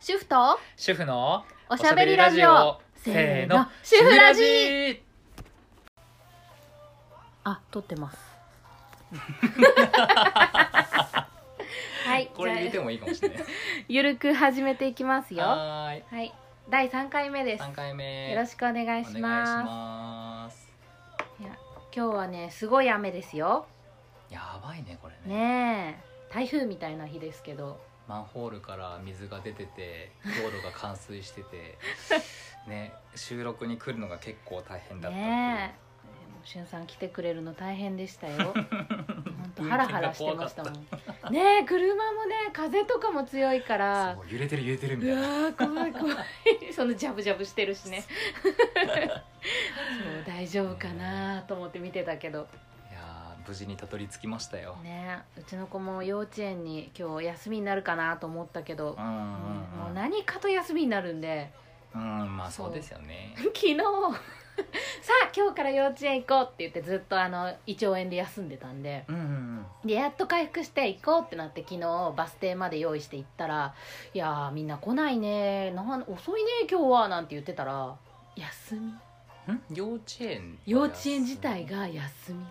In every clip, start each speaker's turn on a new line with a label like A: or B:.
A: 主婦と
B: 主婦の
A: おしゃべりラジオせーの主婦ラジあ撮って ますはい
B: これ入れ
A: じ
B: て
A: ゃあ
B: もいいかも しれない
A: ゆるく始めていきますよ
B: はーい
A: はい第三回目です
B: 三回目
A: よろしくお願い
B: お
A: し
B: 願いし
A: ます
B: ます
A: いや今日はねすごい雨ですよ
B: やばいねこれね
A: ねえ台風みたいな日ですけど
B: マンホールから水が出てて道路が冠水して てね収録に来るのが結構大変だったっていう
A: ねえもうしゅんさん来てくれるの大変でした よ本当ハラハラしてましたもんねえ車もね風とかも強いから
B: そう揺れてる揺れてるみ
A: う
B: たい
A: わ
B: な
A: ー怖い怖い そのジャブジャブしてるし ねそう大丈夫かなと思って見てたけど
B: いやー無事にたどり着きましたよ、
A: ねえうちの子も幼稚園に今日休みになるかなと思ったけど
B: う、んうん
A: うんも
B: う
A: うん何かと休みになるんで
B: うんまあそうですよね
A: 昨日 さあ今日から幼稚園行こうって言ってずっとあの胃腸炎で休んでたんで、
B: うんうんうん
A: でやっと回復して行こうってなって昨日バス停まで用意して行ったら「いやーみんな来ないねなん遅いね今日は」なんて言ってたら「休み」
B: ん幼稚園
A: 幼稚園自体が休み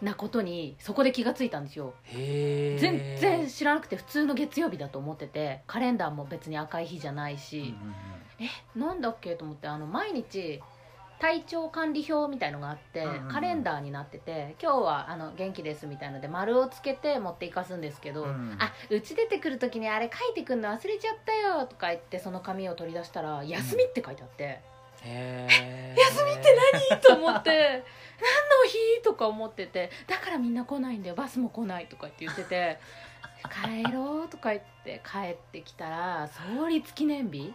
A: なことにそこで気がついたんですよ
B: へー
A: 全然知らなくて普通の月曜日だと思っててカレンダーも別に赤い日じゃない
B: うんうん
A: し、えなんだっけと思ってあの毎日体調管理表みたいのがあって、
B: うんうん
A: カレンダーになってて今日はあの元気ですみたいので丸をつけて持っていかすんですけど、
B: うん
A: あうち出てくる時にあれ書いてくんの忘れちゃったよとか言ってその紙を取り出したら「休み」って書いてあって、
B: へー休みって
A: いいと思って「何の日?」とか思ってて「だからみんな来ないんだよバスも来ない」とかって言ってて「帰ろう」とか言って帰ってきたら創立記念日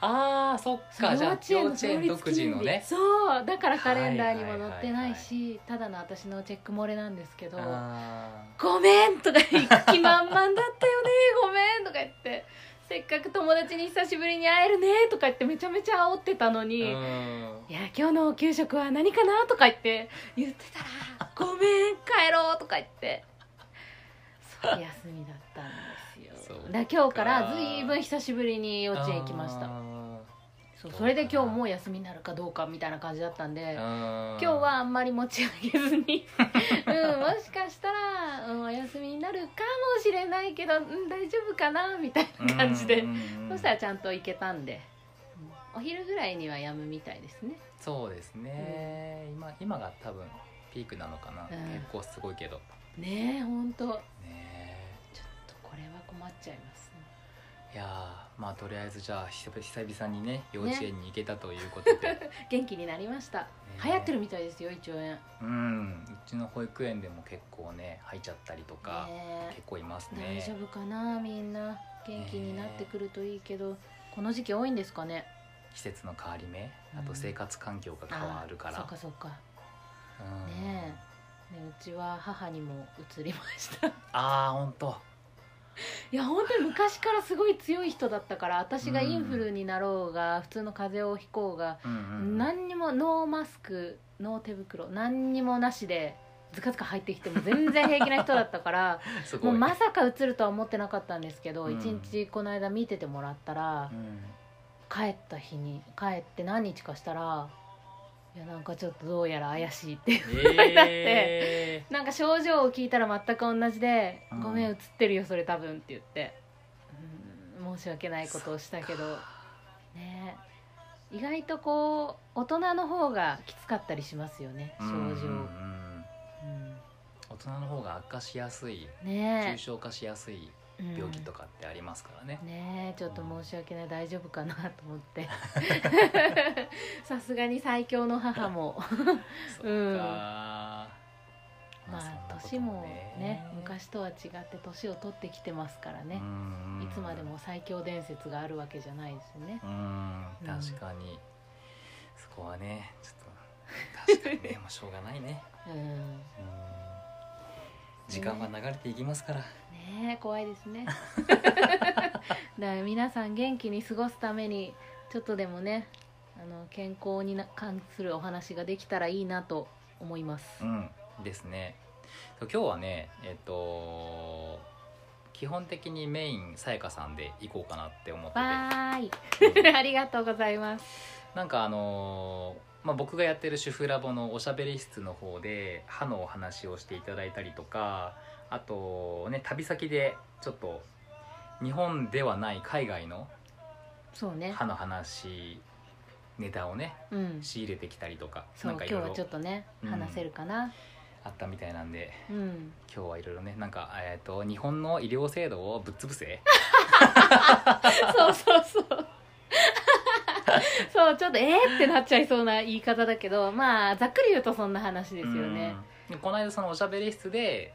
B: ああそっ
A: そう
B: かじ
A: 幼
B: ゃあ
A: 稚園
B: 幼
A: の
B: 稚
A: 創
B: 園
A: 立
B: 独
A: 記
B: 自
A: 念
B: の
A: 日、
B: ね
A: そうだからカレンダーにも載ってないし、ただの私のチェック漏れなんですけど
B: あ
A: 「ごめん」とか行 く気満々だったよね「ごめん」とか言って「せっかく友達に久しぶりに会えるね」とか言ってめちゃめちゃ煽ってたの
B: ー
A: に「
B: うん
A: いや今日のお給食は何かな?」とか言って言ってたら「ごめん帰ろう」とか言ってそう休みだったんです
B: そ
A: よ
B: うか
A: だから今日からずいぶん久しぶりに幼稚園行きましたそうそれで今日もう休みになるかどうかみたいな感じだったんで
B: 今
A: 今日はあんまり持ち上げ ずに、うん、もしかしたら、うん、お休みになるかもしれないけど、うん、大丈夫かなみたいな感じで、そしたらちゃんと行けたんで、うんお昼ぐらいにはやむみたいですね
B: そうですね今今が多分ピークなのか
A: う
B: な
A: ん
B: 結構すごいけど
A: ねえほんとちょっ
B: ね
A: とこれは困っちゃいますね
B: いやーまあとりあえずじゃあ久々にね幼稚園に行けたというこ とで
A: 元気になりました、
B: ね
A: 流行ってるみたいですよ胃腸炎ね
B: うんうちの保育園でも結構ね入っちゃったりとか
A: え
B: 結構います
A: 大
B: ね
A: 丈夫かなみんな元気になってくるといいけど、この時期多いんですかね
B: 季節の変わり目
A: うん
B: あと生活環境が変わるか
A: そ
B: ら
A: っかそっか
B: うん
A: ねえ、ねうちは母にも移りました い
B: ああほんと
A: や本当に昔からすごい強い人だったから私がインフルになろうが、普通の風邪をひこうが、
B: うんうん
A: 何にもノーマスクノー手袋何にもなしでズカズカ入ってきても全然平気な人だったから
B: すご
A: も
B: いう
A: まさか移るとは思ってなかったんですけど、
B: うん
A: 一日この間見ててもらったら
B: う、 ん
A: 帰った日に帰って何日かしたらいやなんかちょっとどうや ら怪しいって
B: え
A: なんか症状を聞いたら全く同じで「
B: うん
A: ごめん映ってるよそれ多分」って言って、うん、申し訳ないことをしたけどねえ意外とこう大人の方がきつかったりしますよね
B: ー
A: 症
B: うんうん
A: 状、
B: うん
A: うん
B: 大人の方が悪化しやすい重
A: ね
B: 症化しやすい
A: え
B: 病気と
A: か、
B: かってありますからね
A: うんねえちょっと申し訳ない大丈夫かなと思って さすがに最強の母 も
B: そっか
A: うん
B: ま
A: ま
B: あそん
A: あ
B: なこと
A: 年もね
B: ね
A: 昔とは違って年を取ってきてますからね、
B: うんうん
A: いつまでも最強伝説があるわけじゃないですね。
B: うん
A: うん
B: 確かにそこはねちょっと確かにねもうしょうがないね
A: うん、
B: うん時間は流れていきますから、
A: ねえ怖いです ね。だから皆さん元気に過ごすためにちょっとでもねあの健康にな関するお話ができたらいいなと思います。
B: うんですね今日はねえっと昨基本的にメインさやかさんで行こうかなって思って
A: わーい
B: て
A: ありがとうございます
B: なんかあのーまあ、僕がやってる主婦ラボのおしゃべり室の方で歯のお話をしていただいたりとかあとね旅先でちょっと日本ではない海外の
A: そうね
B: 歯の話ネタをね
A: うん
B: 仕入れてきたりとか
A: そう
B: なん
A: 今
B: かい
A: 日
B: ろい
A: はちょ
B: ろ
A: っとね
B: うん
A: 話せるかな
B: あったみたいなんで
A: うん、
B: 今日はいろいろねなんか、えー、と日本の医療制度をぶっ潰せ
A: そうそうそう そうちょっとえー、ってなっちゃいそうな言い方だけどまあざっくり言うとそんな話ですよね、
B: うんでこの間そのおしゃべり室で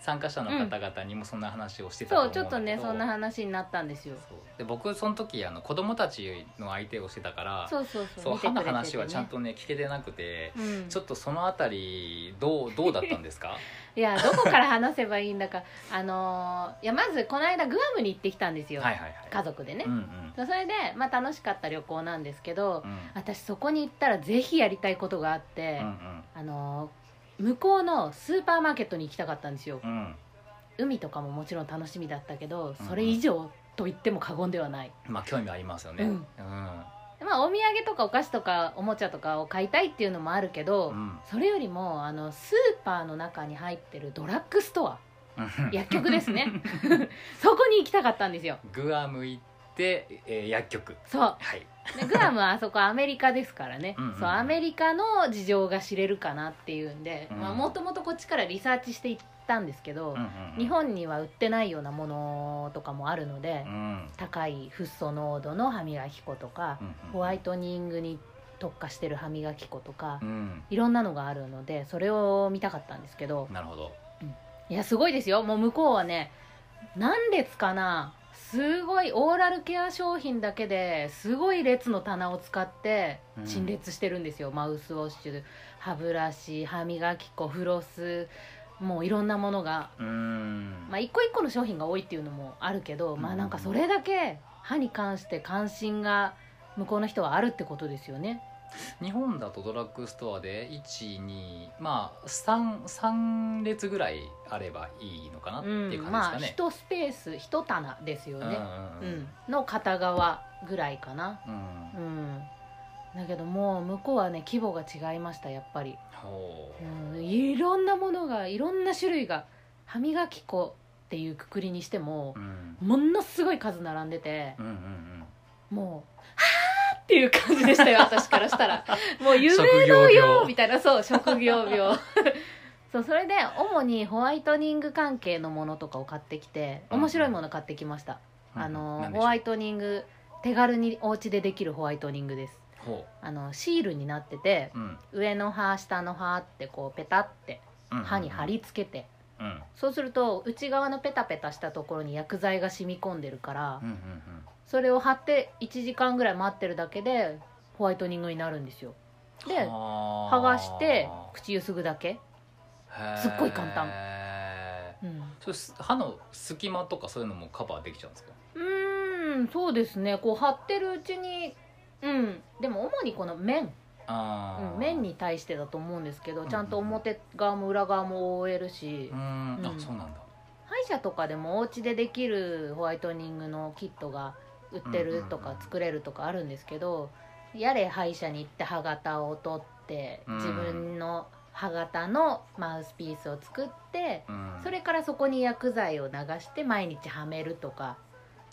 B: 参加者の方々にもそんな話をしてたと
A: そ
B: 思
A: う
B: うん
A: ち
B: だ
A: ょ
B: け
A: っ
B: ど
A: とねそんな話になったんですよ
B: そうで僕その時あの子供たちの相手をしてたから
A: そうそうそう
B: そう
A: 見て
B: 歯
A: く
B: の
A: れててね
B: 話はちゃんとね聞けてなくて、
A: うん
B: ちょっとそのあたりどうどうだったんで すか
A: いやどこから話せばいいんだかあのーいやまずこの間グアムに行ってきたんです
B: はい
A: よ、
B: はいはい
A: 家族でね
B: う、んうん
A: そうそれで、まあ、楽しかった旅行なんですけど、
B: うん
A: 私そこに行ったらぜひやりたいことがあって
B: う、ん
A: あのー向こうのスーパーマーケットに行きたかったんですよ
B: うんうん
A: 海とかももちろん楽しみだったけど
B: うん
A: それ以上と言っても過言ではない、
B: まあ興味ありますよね
A: う
B: うんんう
A: まあ、お土産とかお菓子とかおもちゃとかを買いたいっていうのもあるけど、
B: ん
A: それよりもあのスーパーの中に入ってるドラッグストア
B: うん
A: 薬局ですねそこに行きたかったんですよ
B: グアム行って、えー薬局
A: そう
B: はい
A: でグアム はあそこアメリカですからね
B: うんうんうん
A: そうアメリカの事情が知れるかなっていうんで
B: うん
A: まあもともとこっちからリサーチしていったんですけど、
B: うんうんうん
A: 日本には売ってないようなものとかもあるので、
B: うん
A: 高いフッ素濃度の歯磨き粉とか、
B: うんうん
A: ホワイトニングに特化してる歯磨き粉とか、
B: うん
A: いろんなのがあるのでそれを見たかったんですけど
B: なるほど
A: いやすごいですよもう向こうはね何列かなすごいオーラルケア商品だけですごい列の棚を使って
B: うん
A: 陳列してるんですよ、マウスウォッシュ歯ブラシ歯磨き粉フロスもういろんなものが、
B: うん
A: まあ、一個一個の商品が多いっていうのもあるけど、まあなんかそれだけ歯に関して関心が向こうの人はあるってことですよね
B: 日本だとドラッグストアで12まあ 3, 3列ぐらいあればいいのかなっていう
A: うん、まあ
B: 感じですかね。
A: 一スペース一棚ですよ
B: う
A: ね、
B: んう
A: う
B: ん
A: ん、の片側ぐらいかな
B: うん
A: うんだけどもう向こうはね規模が違いましたやっぱり、
B: ほ
A: う、
B: うん
A: いろんなものがいろんな種類が歯磨き粉っていうくくりにしても
B: うん
A: ものすごい数並んでて
B: うんうんうん
A: もう「はーっていう感じでしたよ私からした らもう夢の
B: 職業
A: よ
B: 病
A: みたいなそう職業 病そうそれで主にホワイトニング関係のものとかを買ってきて面白いもの買ってきました、
B: うん
A: あの
B: 何でしょう
A: ホワイトニング手軽にお家でできるホワイトニングです
B: ほ
A: あのシールになってて
B: ううん
A: 上の歯下の歯ってこうペタって
B: うん
A: 歯に貼り付けて、
B: うんうん
A: そうすると内側のペタペタしたところに薬剤が染み込んでるから、
B: うん
A: それを貼って1時間ぐらい待ってるだけでホワイトニングになるんですよ
B: うん
A: で
B: はあ
A: 剥がして口ゆすぐだけ、
B: へえ
A: すっごい簡単うん、
B: そうす歯の隙間とかそういうのもカバーできちゃうんですか
A: うーんそうですねこう貼ってるうちにうんでも主にこの面
B: あー
A: うん、面に対してだと思うんですけど
B: ん
A: ちゃんと表側も裏側も覆えるし、
B: うん
A: う
B: あ
A: ん
B: そうなんだ
A: 歯医者とかでもお家でできるホワイトニングのキットが売ってると
B: うん
A: か
B: うんうん
A: 作れるとかあるんですけど、やれ歯医者に行って歯型を取って
B: うん
A: 自分の歯型のマウスピースを作って
B: うん
A: それからそこに薬剤を流して毎日はめるとか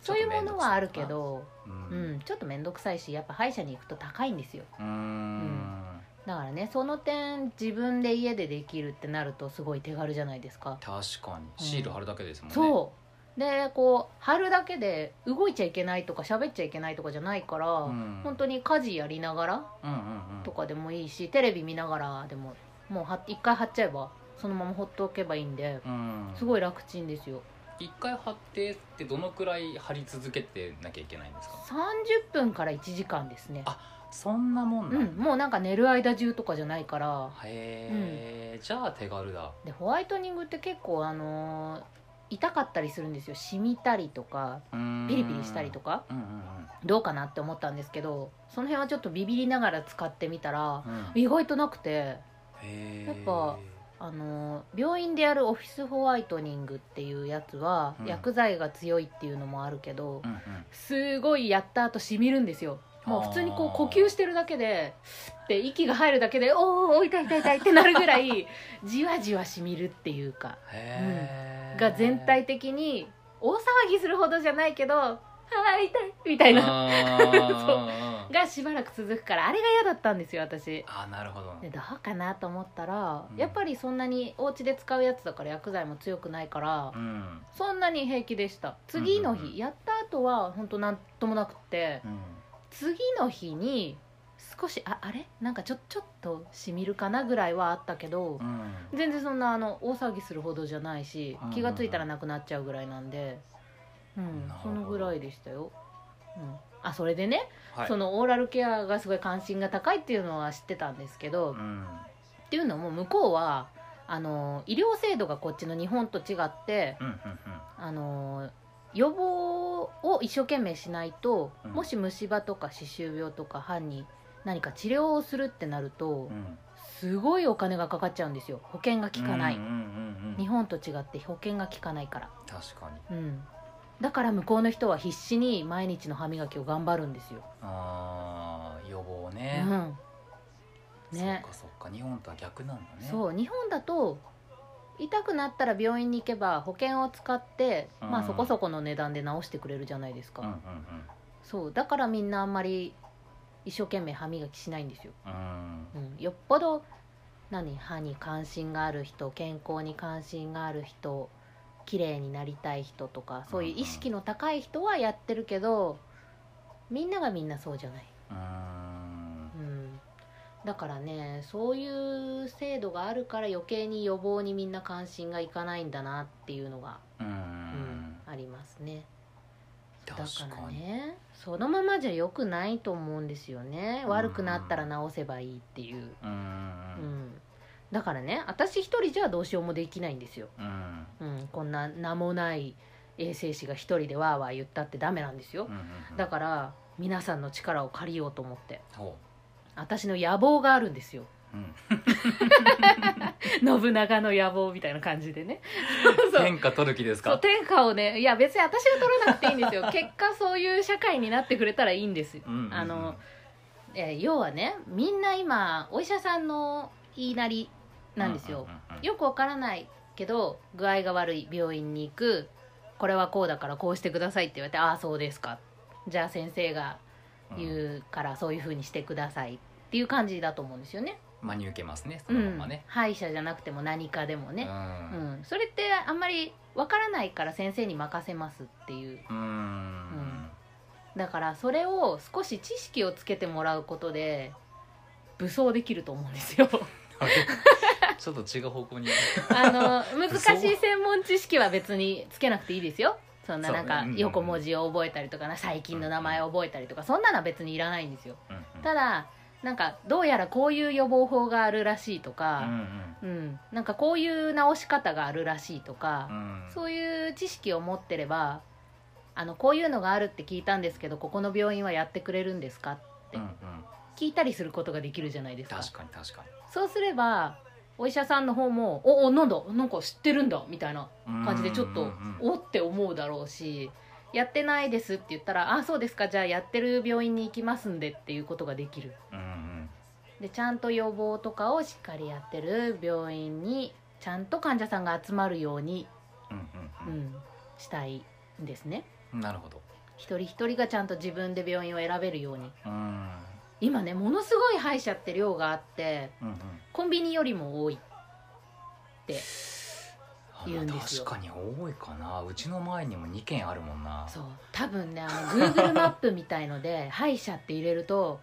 A: そういうものはあるけど、
B: う
A: うんん、ちょっと面倒くさいしやっぱ歯医者に行くと高いんですよ。
B: うーん
A: だからねその点自分で家でできるってなるとすごい手軽じゃないですか、
B: 確かにシール貼るだけですもんね
A: そうでこう貼るだけで動いちゃいけないとか喋っちゃいけないとかじゃないから、
B: うん
A: 本当に家事やりながら
B: うんうんうん
A: とかでもいいしテレビ見ながらでももうは一回貼っちゃえばそのままほっておけばいいんで
B: うん
A: すごい楽ちんですよ
B: 一回貼ってってどのくらい貼り続けてなきゃいけないんですか
A: 30分から1時間ですね
B: あそんなもん
A: う
B: なん
A: んもうなんか寝る間中とかじゃないから
B: へえ、じゃあ手軽だ
A: でホワイトニングって結構あのー痛かったりするんですよ染みたりとかピリピリしたりと
B: か
A: か
B: うんうん
A: どうかなって思ったんですけどその辺はちょっとビビりながら使ってみたら
B: うんうんへ
A: 意外となくて
B: え
A: やっぱああの病院でやるオフィスホワイトニングっていうやつは、
B: うん
A: 薬剤が強いっていうのもあるけど、
B: うんうん
A: すごいやった後しみるんですよもう普通にこ
B: あ
A: う
B: ー
A: 呼吸してるだけでで息が入るだけでおーおー痛い痛い痛いってなるぐら いじわじわしみるっていうか
B: へー
A: が全体的に大騒ぎするほどじゃないけど「はーい痛い」みたいな
B: あ
A: そう
B: ー
A: がしばらく続くからあれが嫌だったんですよ私。
B: あーなるほど
A: でどうかなと思ったら、
B: うん
A: やっぱりそんなにお家で使うやつだから薬剤も強くないから、
B: うん
A: そんなに平気でした次の日、
B: うんうんうん
A: やった後は本当なんともなくって、
B: うん
A: 次の日に少しああれなんかちょちょっとしみるかなぐらいはあったけど
B: う、ん
A: 全然そんなあの大騒ぎするほどじゃないし、
B: うんうんうん
A: 気がついたらなくなっちゃうぐらいなんで、うん
B: なるほ
A: そ
B: ど
A: のぐらいでしたよ、うん、あそれでね、
B: はい
A: そのオーラルケアがすごい関心が高いっていうのは知ってたんですけど、
B: うん
A: っていうのも向こうはあの医療制度がこっちの日本と違って
B: うんうん
A: あの予防を一生懸命しないと、
B: うん
A: もし虫歯とか歯周病とか歯に何か治療をするってなると
B: うんうん
A: すごいお金がかかっちゃうんですよ保険が効かない、
B: うんうんうんうん
A: 日本と違って保険が効かないから、
B: 確かに
A: うん、だから向こうの人は必死に毎日の歯磨きを頑張るんですよ、
B: あー予防
A: う
B: ね
A: ん、
B: そっ
A: ね
B: かそっか日本とは逆なんだね
A: そう日本だと痛くなったら病院に行けば保険を使って、
B: うん
A: まあそこそこの値段で治してくれるじゃないですか、
B: うんうん
A: そうだからみんなあんまり一生懸命歯磨きしないんですよ、
B: うんうん
A: うん、よっぽど何歯に関心がある人健康に関心がある人綺麗になりたい人とかそういう意識の高い人はやってるけどみんながみんなそうじゃない
B: うん
A: うん、だからねそういう制度があるから余計に予防にみんな関心がいかないんだなっていうのが、
B: うん
A: うんありますねだ
B: 確
A: から
B: かに
A: ねそのままじゃ良くないと思うんですよね
B: うん
A: 悪くなったら治せばいいっていう、
B: うん
A: うん
B: うん
A: だからね私一人じゃどうしようもできないんですよ、
B: うん
A: うん、こんな名もない衛生士が一人でわーわー言ったってダメなんですよ
B: うんうん
A: だから皆さんの力を借りようと思って
B: そ
A: 私の野望があるんですよ
B: ううん
A: 信長の野望みたいな感じでねそうそう
B: 天下取る気です
A: そう
B: か
A: 天下をねいや別に私が取らなくていいんですよ 結果そういう社会になってくれたらいいんですよ、
B: うんうんうん
A: あのえー要はねみんな今お医者さんの言いなりなんですよ、
B: ううんうん
A: よくわからないけど具合が悪い病院に行くこれはこうだからこうしてくださいって言われてああそうですかじゃあ先生が
B: うん
A: 言うからそういうふうにしてくださいっていう感じだと思うんですよね
B: 真に受けますねその
A: う
B: ま
A: ん
B: まね
A: 歯医者じゃなくても何かでもね、
B: うん
A: うん、それってあんまりわからないから先生に任せますっていう
B: う ーん
A: だからそれを少し知識をつけてもらうことで武装できると思うんです よ
B: あれちょっと違う方向に
A: あの難しい専門知識は別につけなくていいですよそんななん
B: そう
A: か
B: うんうんうん
A: 横文字を覚えたりとかな最近の名前を覚えたりとかそんなのは別にいらないんですよ
B: うんうん
A: ただなんかどうやらこういう予防法があるらしいと
B: うん
A: か、うん、なんかこういう直し方があるらしいとか
B: う、ん
A: そういう知識を持ってればあのこういうのがあるって聞いたんですけどここの病院はやってくれるんですか
B: うんうん
A: 聞いたりすることができるじゃないですか
B: 確かに確か
A: そうすればお医者さんの方も「おおなんだなんか知ってるんだ」みたいな
B: に
A: 感じでちょっ
B: う
A: と
B: んうん
A: 「おっ」て思うだろうし「やってないです」って言ったら「あそうですかじゃあやってる病院に行きますんで」っていうことができる
B: うんうん
A: でちゃんと予防とかをしっかりやってる病院にちゃんと患者さんが集まるように、
B: うん
A: う
B: うん
A: ん、したいんですね
B: うんなるほど
A: 一人一人がちゃんと自分で病院を選べるように
B: うん
A: 今ねものすごい歯医者って量があって
B: うんうん
A: コンビニよりも多い
B: あ
A: 言うんですよ
B: 確かに多いかなうちの前にも2軒あるもんな
A: そう多分ねあの Google マップみたいので 歯医者って入れると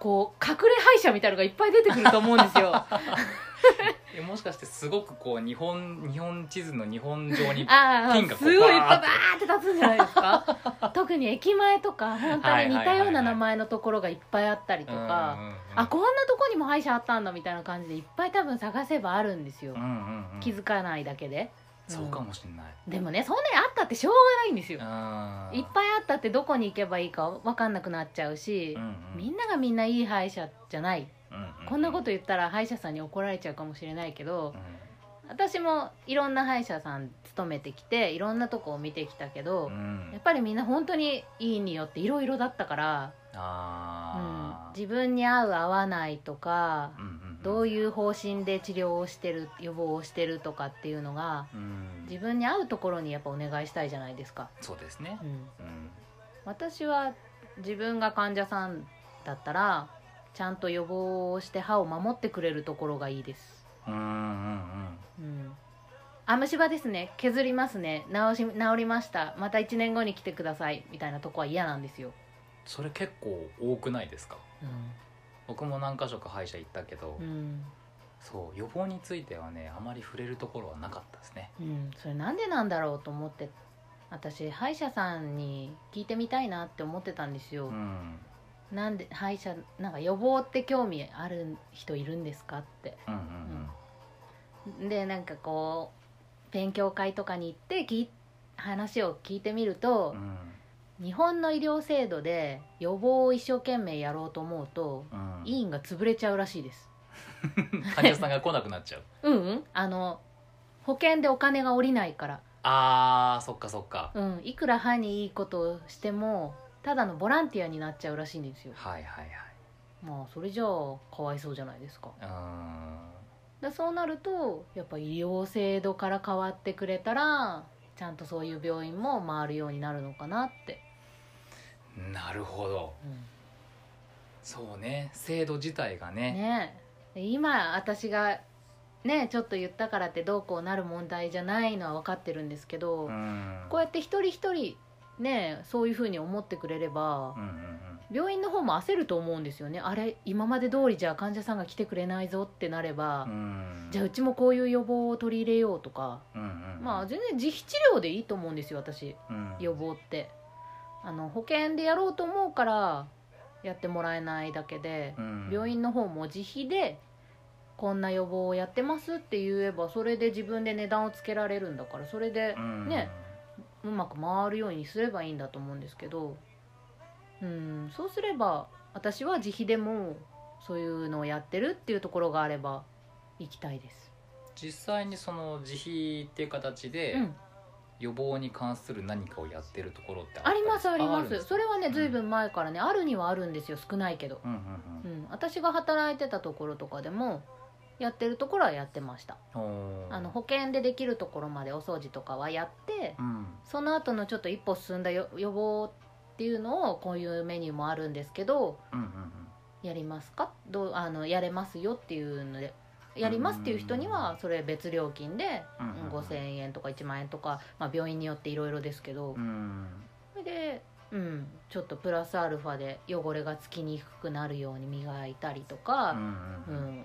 A: こう隠れ歯医者みたいのがいっぱい出てくると思うんですよ あ
B: えもしかしてすごくこう日本日本地図の日本上に
A: あ
B: ピンが
A: す
B: こう
A: ごいいっぱいバ
B: バーッ
A: ーって立つんじゃないですか 特に駅前とか本当に似たような名前のところがいっぱいあったりと
B: う
A: か
B: んうんうん
A: あこんなとこにも歯医者あったんだみたいな感じでいっぱい多分探せばあるんですよ
B: うんうんうん
A: 気づかないだけで
B: そうか
A: も
B: もしれない
A: でもねそんなにあったってしょうがないんですよ
B: うん
A: いっぱいあったってどこに行けばいいか分かんなくなっちゃうし、みんながみんないい歯医者じゃない、こんなこと言ったら歯医者さんに怒られちゃうかもしれないけど、私もいろんな歯医者さん勤めてきていろんなとこを見てきたけど、やっぱりみんな本当にいいによっていろいろだったから、うん
B: あー
A: 自分に合う合わないとか、
B: うんうんうん
A: どういう方針で治療をしてる予防をしてるとかっていうのが
B: うん
A: 自分に合うところにやっぱお願いしたいじゃないですか、
B: そうですね
A: う、ん、
B: うん
A: 私は自分が患者さんだったらちゃんと予防をして歯を守ってくれるところがいいです、
B: うんうん
A: うん、あ虫歯ですね削りますね治し治りましたまた1年後に来てくださいみたいなとこは嫌なんですよ、
B: それ結構多くないですか
A: う
B: 僕も何箇所か歯医者行ったけど、
A: んうん
B: そう予防についてはねあまり触れるところはなかったですね
A: うん、それなんでなんだろうと思って私歯医者さんに聞いてみたいなって思ってたんですよ、
B: うん
A: なんで歯医者なんか予防って興味ある人いるんですかって
B: うんうん
A: でなんかこう勉強会とかに行って聞い話を聞いてみると
B: うんう、ん
A: 日本の医療制度で予防を一生懸命やろうと思うと
B: うん
A: 医院が潰れちゃうらしいです
B: 患者さんが来なくなっ ちゃう
A: うんうんあの保険でお金が下りないから
B: あーそっかそっか、
A: うんいくら歯にいいことをしてもただのボランティアになっちゃうらしいんですよ
B: はいはい
A: まあそれじゃあかわいそうじゃないですか
B: はい
A: だそうなるとやっぱ医療制度から変わってくれたらちゃんとそういう病院も回るようになるのかなって、
B: うーんなるほどそうね制度自体がね
A: ねえで今私がねちょっと言ったからってどうこうなる問題じゃないのは分かってるんですけど、
B: うん
A: こうやって一人一人ねそういうふうに思ってくれれば
B: う、んうんうん
A: 病院の方も焦ると思うんですよねあれ今まで通りじゃあ患者さんが来てくれないぞってなれば、
B: うん
A: じゃあうちもこういう予防を取り入れようとか、
B: うんうんうん
A: まあ全然自費治療でいいと思うんですよ私。
B: うん
A: 予防ってあの保険でやろうと思うからやってもらえないだけで
B: う、ん
A: 病院の方も自費でこんな予防をやってますって言えばそれで自分で値段をつけられるんだからそれで
B: うん
A: ねうまく回るようにすればいいんだと思うんですけどうんそうすれば私は自費でもそういうのをやってるっていうところがあれば行きたいです。
B: 実際にその自費っていう形で
A: うん
B: 予防に関する何かをやってるところって
A: ありますありま
B: るんですか
A: それはね
B: うん
A: ずいぶん前からねあるにはあるんですよ少ないけど
B: うんうん
A: う
B: うん
A: ん、私が働いてたところとかでもやってるところはやってました
B: おー
A: あの保険でできるところまでお掃除とかはやって
B: うん
A: その後のちょっと一歩進んだよ予防っていうのをこういうメニューもあるんですけど
B: うんうん
A: やりますかどうあのやれますよっていうのでやりますっていう人にはそれ別料金で
B: うんうん
A: うん5,000円とか1万円とか、まあ、病院によっていろいろですけど
B: うんうん
A: それで、うん、ちょっとプラスアルファで汚れがつきにくくなるように磨いたりとか
B: う、ん
A: う
B: うんうん
A: ん、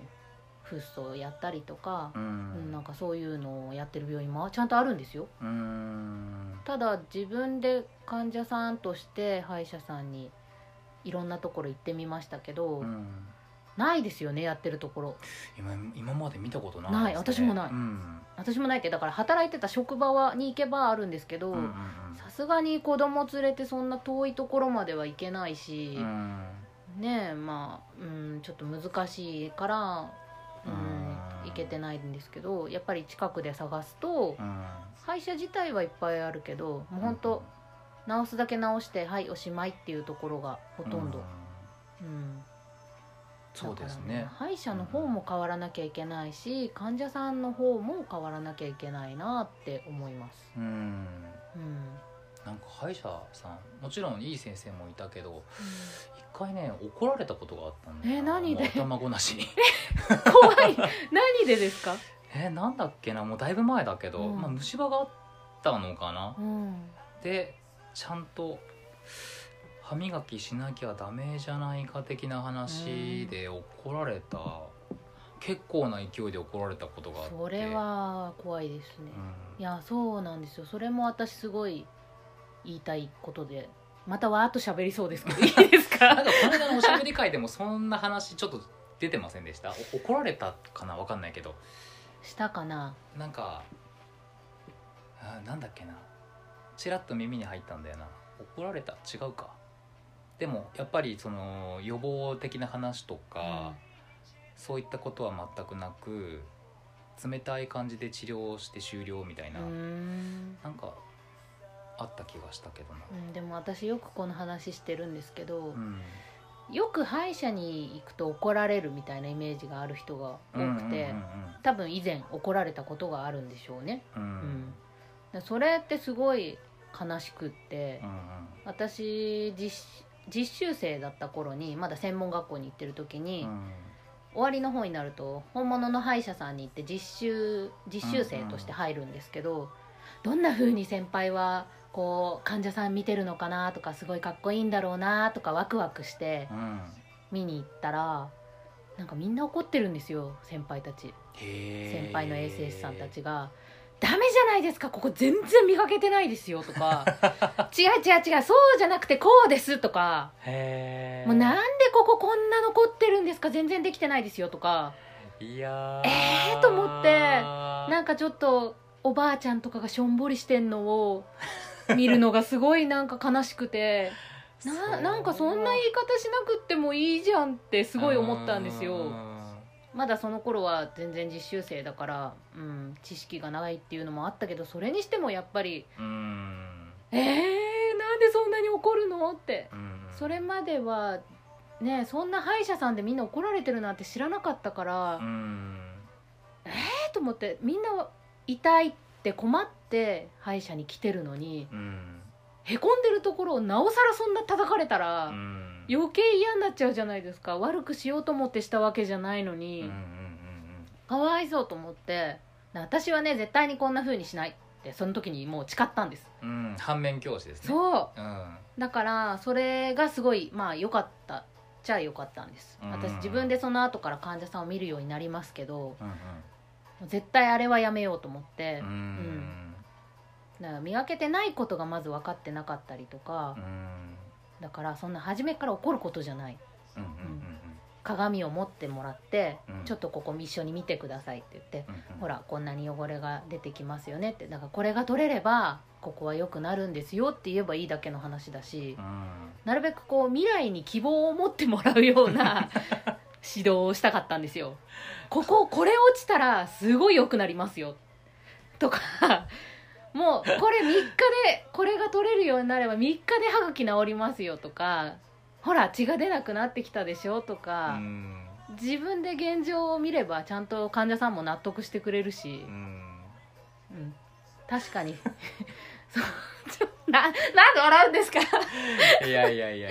A: フッ素をやったりとか
B: う、
A: うんんなんかそういうのをやってる病院もちゃんとあるんですよ
B: うん
A: ただ自分で患者さんとして歯医者さんにいろんなところ行ってみましたけど、
B: うん
A: ないですよねやってるところ
B: 今今まで見たことない
A: ない私もない
B: うん
A: 私もないけどだから働いてた職場はに行けばあるんですけど
B: うんうん
A: さすがに子供連れてそんな遠いところまでは行けないし、
B: うんうん
A: ねえまあ、うん、ちょっと難しいから、う
B: うん
A: ん、行けてないんですけどやっぱり近くで探すと
B: うん
A: 歯医者自体はいっぱいあるけどもう本当直すだけ直してはいおしまいっていうところがほとん
B: う
A: ど、うん
B: そうです
A: だから
B: ね
A: 歯医者の方も変わらなきゃいけないし患者さんの方も変わらなきゃいけないなって思います、
B: うん
A: うん
B: なんか歯医者さんもちろんいい先生もいたけど一回ね怒られたことがあったんだよな
A: え何で
B: もう頭ごなしに
A: 怖い 何でですか、
B: えなんだっけなもうだいぶ前だけど、
A: うん
B: まあ、虫歯があったのかな
A: うん
B: でちゃんと歯磨きしなきゃダメじゃないか的な話で怒られた、結構な勢いで怒られたことがあって
A: それは怖いですね、いやそうなんですよそれも私すごい言いたいことでまたわーっと喋りそうです けどいいです
B: なん
A: か
B: かこの間のおしゃべり会でもそんな話ちょっと出てませんでしたお怒られたかなわかんないけど
A: したかな
B: なんかあーなんだっけなちらっと耳に入ったんだよな怒られた違うかでもやっぱりその予防的な話とか、そういったことは全くなく冷たい感じで治療して終了みたいな、
A: うん
B: なんかあった気がしたけどな
A: うんでも私よくこの話してるんですけど、
B: うん
A: よく歯医者に行くと怒られるみたいなイメージがある人が多くて、多分以前怒られたことがあるんでしょうね
B: うんうんうん
A: うんでそれってすごい悲しくって、
B: うん
A: 私実実習生だった頃にまだ専門学校に行ってる時に、
B: うん
A: 終わりの方になると本物の歯医者さんに行って実習実習生として入るんですけど、どんな風に先輩はこう患者さん見てるのかなとかすごいかっこいいんだろうなとかワクワクして
B: うんうん
A: 見に行ったらなんかみんな怒ってるんですよ先輩たち
B: へー
A: 先輩の衛生士さんたちが。ダメじゃないですかここ全然磨けてないですよと か違う違う違うそうじゃなくてこうですとか
B: へー
A: もうなんでこここんな残ってるんですか全然できてないですよとか
B: いや
A: えーと思って
B: な
A: なんかちょっとおばあちゃんとかがしょんぼりしてんの を見るのがすごいなんか悲しくてななんか そんな言い方しなくってもいいじゃんってすごい思ったんですよまだその頃は全然実習生だから、うん、知識がないっていうのもあったけどそれにしてもやっぱり
B: うん
A: 「えー、なんでそんなに怒るの?」って
B: うん
A: それまではねそんな歯医者さんでみんな怒られてるなんて知らなかったから、
B: うん
A: えーと思ってみんな痛いって困って歯医者に来てるのに
B: うん
A: へこんでるところをなおさらそんな叩かれたら、
B: うん
A: 余計嫌になっちゃうじゃないですか悪くしようと思ってしたわけじゃないのに、
B: うんうん
A: かわいそうと思ってな私はね絶対にこんな風にしないってその時にもう誓ったんです、
B: うんうんうん反面教師ですね
A: そ
B: うん
A: うだからそれがすごいまあ良かったっちゃ良かったんです、
B: うん
A: 私自分でその後から患者さんを見るようになりますけど
B: うん
A: 絶対あれはやめようと思って、
B: うんうん
A: だから磨けてないことがまず分かってなかったりとか
B: う、ん
A: だからそんな初めから怒ることじゃない
B: うんうん
A: 鏡を持ってもらって、
B: うん
A: ちょっとここ一緒に見てくださいって言って、
B: うんうん
A: ほらこんなに汚れが出てきますよねってだからこれが取れればここは良くなるんですよって言えばいいだけの話だし、
B: うん
A: なるべくこう未来に希望を持ってもらうよう な指導をしたかったんですよこここれ落ちたらすごい良くなりますよとかもうこれ3日でこれが取れるようになれば3日で歯茎治りますよとかほら血が出なくなってきたでしょとか
B: う、ん
A: 自分で現状を見ればちゃんと患者さんも納得してくれるし
B: う、ん
A: うん、確かに そうちょななんで笑うんですか
B: いやいやいやいや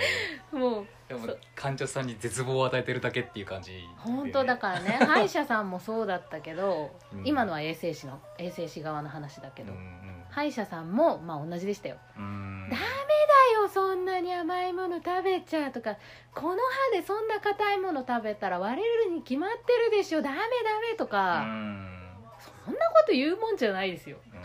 A: もう
B: でも
A: そう
B: 患者さんに絶望を与えてるだけっていう感じ
A: 本当だからね歯医者さんもそうだったけど、
B: うん
A: 今のは衛生士の衛生士側の話だけど、
B: うんうん
A: 歯医者さんもまあ同じでしたよ
B: うん
A: ダ「だよそんなに甘いもの食べちゃ」とか「この歯でそんな硬いもの食べたら割れるに決まってるでしょダメダメ」と
B: う
A: か、
B: ん
A: そんなこと言うもんじゃないですよ、
B: うん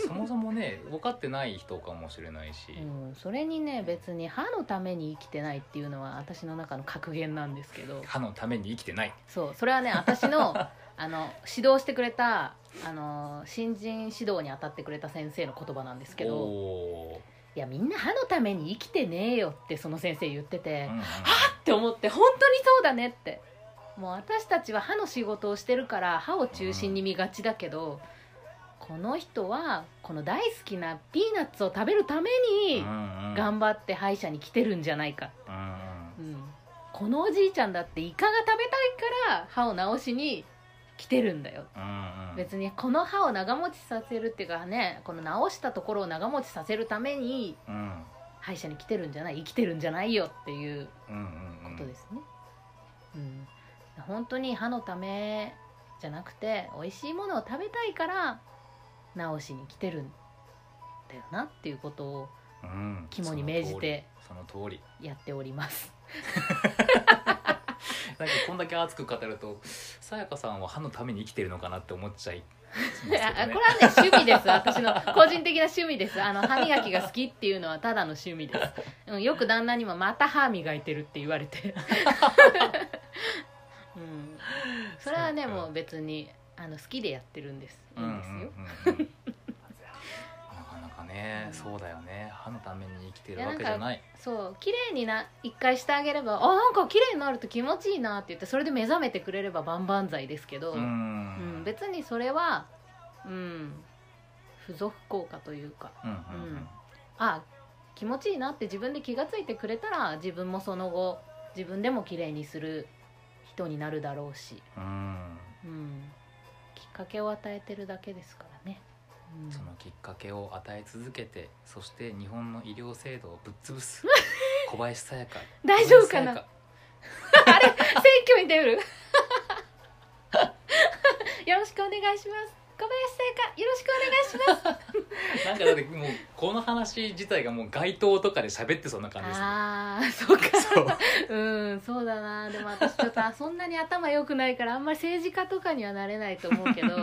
B: そもそもね分かってない人かもしれないし、
A: うん、それにね別に歯のために生きてないっていうのは私の中の格言なんですけど
B: 歯のために生きてない
A: そうそれはね私 のあの指導してくれたあの新人指導に当たってくれた先生の言葉なんですけど
B: お
A: いやみんな歯のために生きてねえよってその先生言ってて、
B: ー、う
A: は
B: んうん
A: っって思って本当にそうだねってもう私たちは歯の仕事をしてるから歯を中心に見がちだけど、この人はこの大好きなピーナッツを食べるために
B: うんうん
A: 頑張って歯医者に来てるんじゃないか
B: うん
A: うん、このおじいちゃんだってイカが食べたいから歯を治しに来てるんだよ
B: うんうん
A: 別にこの歯を長持ちさせるっていうかねこの治したところを長持ちさせるために
B: うん
A: 歯医者に来てるんじゃない生きてるんじゃないよっていう
B: うんうんう
A: こ
B: ん
A: とですね、うん本当に歯のためじゃなくて美味しいものを食べたいから治しに来てるんだよなっていうことを
B: うん
A: 肝に銘じて
B: その通り
A: やっております
B: その通りなんかこんだけ熱く語るとさやかさんは歯のために生きてるのかなって思っちゃいますけどね
A: あ これはね趣味です私の個人的な趣味ですあの歯磨きが好きっていうのはただの趣味です、うん、よく旦那にも「また歯磨いてる」って言われて、 うん、それはね
B: そうか
A: もう別にあの好きでやってるんですいいんですよ、
B: うんうんうんうんなかなかね、そうだよね歯のために生きてるわけじゃない
A: そう綺麗にな一回してあげればあなんか綺麗になると気持ちいいなって言ってそれで目覚めてくれれば万々歳ですけど、
B: うん、
A: ううん、別にそれは、うん、付属効果というか
B: うんうん
A: あ気持ちいいなって自分で気がついてくれたら自分もその後自分でも綺麗にする人になるだろうし、
B: うんうん
A: うん、きっかけを与えてるだけですからね。うん
B: そのきっかけを与え続けてそして日本の医療制度をぶっ 潰す小林さやか
A: 大丈夫かな
B: 小林さ や
A: 選挙に出るよろしくお願いします小林さやかよろしくお願いします
B: なんかだってもうこの話自体がもう街頭とかで喋ってそうな感じですね
A: ああーそうか
B: そう
A: うんそうだなでも私ちょっとそんなに頭良くないからあんまり政治家とかにはなれないと思うけ ど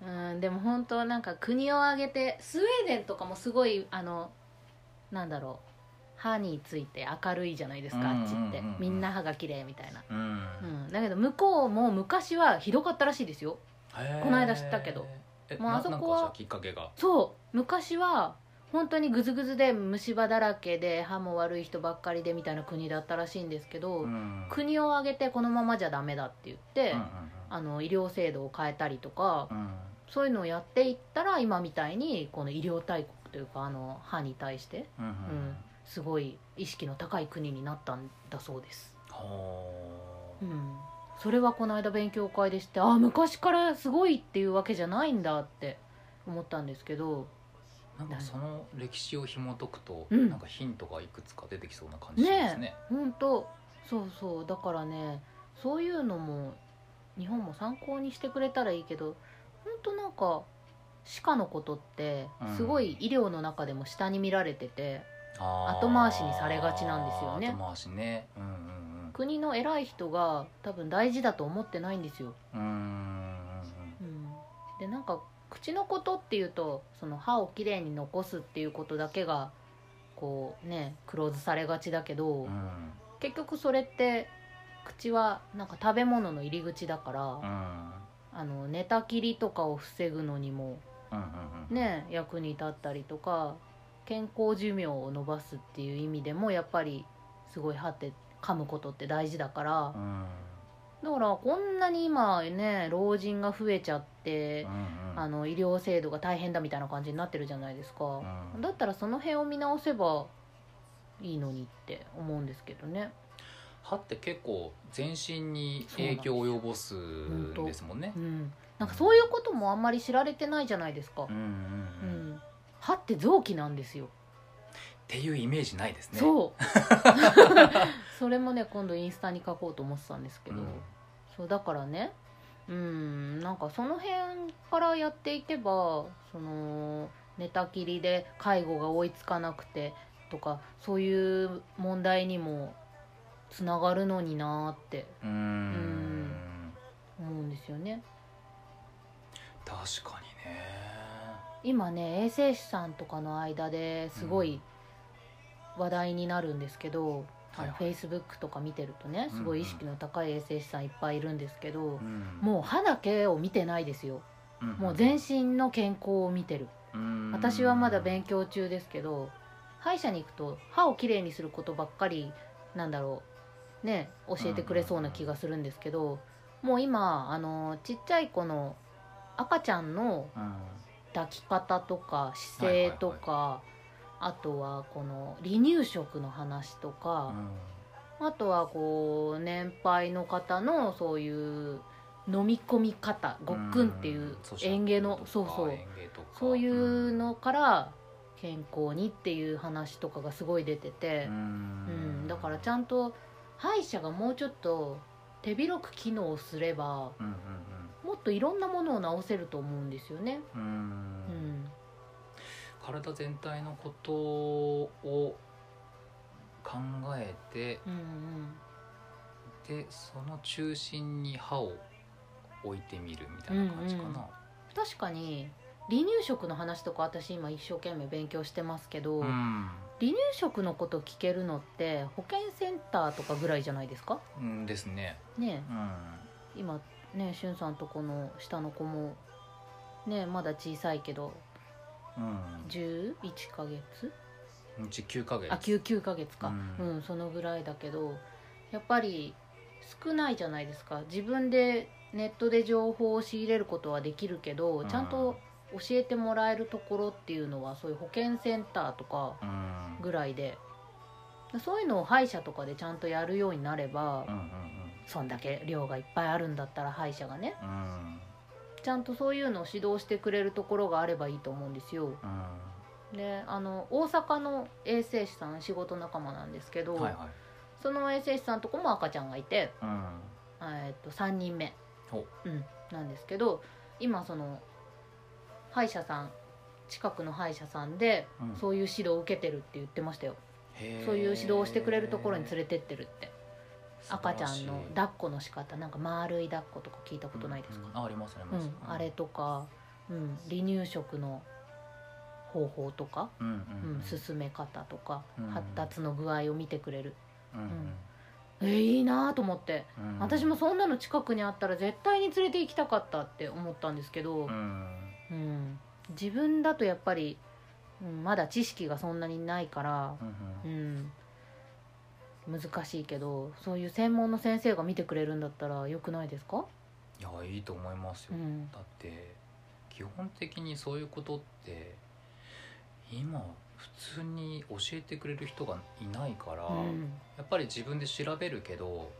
A: うんでも本当なんか国を挙げてスウェーデンとかもすごいあのなんだろう歯について明るいじゃないですか、
B: うん
A: あっちって
B: うんうんうん
A: みんな歯が綺麗みたいな、
B: うん
A: うん、だけど向こうも昔はひどかったらしいですよ
B: へー
A: この間知ったけど
B: え
A: もうあそこは
B: ななんかじゃあきっかけが
A: そう昔は本当にグズグズで虫歯だらけで歯も悪い人ばっかりでみたいな国だったらしいんですけど、
B: うん
A: 国を挙げてこのままじゃダメだって言って、
B: うんうん
A: あの医療制度を変えたりとか、
B: うんうん
A: そういうのをやっていったら今みたいにこの医療大国というかあの歯に対して
B: うんうんうん
A: すごい意識の高い国になったんだそうです、
B: ほ
A: う
B: ー
A: ん、それはこの間勉強会で知ってあ昔からすごいっていうわけじゃないんだって思ったんですけど
B: なんかその歴史を紐解くと、
A: うん
B: なんかヒントがいくつか出てきそうな感じしますね
A: 本当そうそうだからねそういうのも日本も参考にしてくれたらいいけど本当なんか歯科のことって
B: うん
A: すごい医療の中でも下に見られてて、
B: あー
A: 後回しにされがちなんですよね
B: 後回しねうんうん
A: 国の偉い人が多分大事だと思ってないんですよ、
B: うんうん
A: でなんか口のことっていうとその歯をきれいに残すっていうことだけがこうねクローズされがちだけど、
B: うんうんうん
A: 結局それって口はなんか食べ物の入り口だから、
B: うん
A: あの寝たきりとかを防ぐのにも
B: うんうんうん
A: ね役に立ったりとか健康寿命を延ばすっていう意味でもやっぱりすごい歯って噛むことって大事だから
B: うんうん
A: だからこんなに今ね老人が増えちゃって
B: うん
A: あの医療制度が大変だみたいな感じになってるじゃないですか
B: うん
A: だったらその辺を見直せばいいのにって思うんですけどね
B: 歯って結構全身に影響を及ぼすんですもんね
A: うんなんかそういうこともあんまり知られてないじゃないですか
B: うんうん
A: う
B: うんっ
A: ん歯って臓器なんですよ
B: ていうイメージないですねう、
A: そう それもね今度インスタに書こうと思ってたんですけど、
B: ん、
A: そうだからねうんなんかその辺からやっていけばその寝たきりで介護が追いつかなくてとかそういう問題にもつながるのになーって
B: うん
A: ん思うんですよね
B: 確かにね
A: 今ね衛生士さんとかの間ですごい話題になるんですけど、あ
B: は
A: の
B: いはい
A: フェイスブックとか見てるとねすごい意識の高い衛生士さんいっぱいいるんですけど、
B: うん
A: もう歯だけを見てないですよ
B: うん
A: もう全身の健康を見てる
B: うん
A: 私はまだ勉強中ですけど歯医者に行くと歯をきれいにすることばっかりなんだろうね教えてくれそうな気がするんですけどもう今あのちっちゃい子の赤ちゃんの
B: うん
A: 抱き方とか姿勢とか、あとはこの離乳食の話と
B: う
A: か、
B: ん
A: あとはこう年配の方のそういう飲み込み方ごっくんっていう園芸のそうそうそういうのから健康にっていう話とかがすごい出てて
B: う、ん
A: うんだからちゃんと歯医者がもうちょっと手広く機能すれば
B: うん
A: もっといろんなものを直せると思うんですよね。
B: うんうん
A: う
B: うん
A: ん
B: 体全体のことを考えて
A: うんうん
B: でその中心に歯を置いてみるみたいな感じかな、
A: うんうん確かに離乳食の話とか私今一生懸命勉強してますけど、離乳食のこと聞けるのって保健センターとかぐらいじゃないですか
B: うん、うんですね、
A: ね
B: うん、
A: え今ねしゅんさんとこの下の子もねえまだ小さいけど
B: うん、
A: 11ヶ月
B: うち9ヶ月
A: あ9 9ヶ月か
B: う
A: うんん、そのぐらいだけどやっぱり少ないじゃないですか自分でネットで情報を仕入れることはできるけど、
B: うん
A: ちゃんと教えてもらえるところっていうのはそういう保健センターとか
B: うんうん
A: ぐらいでそういうのを歯医者とかでちゃんとやるようになれば、
B: うん
A: そんだけ量がいっぱいあるんだったら歯医者がね
B: うんうん
A: ちゃんとそういうのを指導してくれるところがあればいいと思うんですよ
B: うん
A: であの大阪の衛生士さん仕事仲間なんですけど、
B: はいはい
A: その衛生士さんとこも赤ちゃんがいて、
B: うん
A: えーっと3人目、
B: ほ
A: うん、なんですけど今その歯医者さん近くの歯医者さんで
B: うん
A: そういう指導を受けてるって言ってましたよ、
B: へー
A: そういう指導をしてくれるところに連れてってるって
B: 素晴
A: 赤
B: らしい
A: ちゃんの抱っこの仕方なんか丸い抱っことか聞いたことないですか、
B: うんうんあありますあり
A: う
B: ます
A: ん、あれとか、うん、離乳食の方法とか、
B: うん
A: うん
B: うん
A: 進め方とか、
B: うん
A: 発達の具合を見てくれる、
B: うんうん
A: えーいいなと思って、
B: うん
A: 私もそんなの近くにあったら絶対に連れて行きたかったって思ったんですけど
B: う、ん
A: うん自分だとやっぱり、うん、まだ知識がそんなにないから、
B: うん
A: うん、難しいけどそういう専門の先生が見てくれるんだったらよくないですか、
B: いやいいと思います
A: う
B: よ
A: ん
B: だって基本的にそういうことって今普通に教えてくれる人がいないから、
A: うん
B: やっぱり自分で調べるけど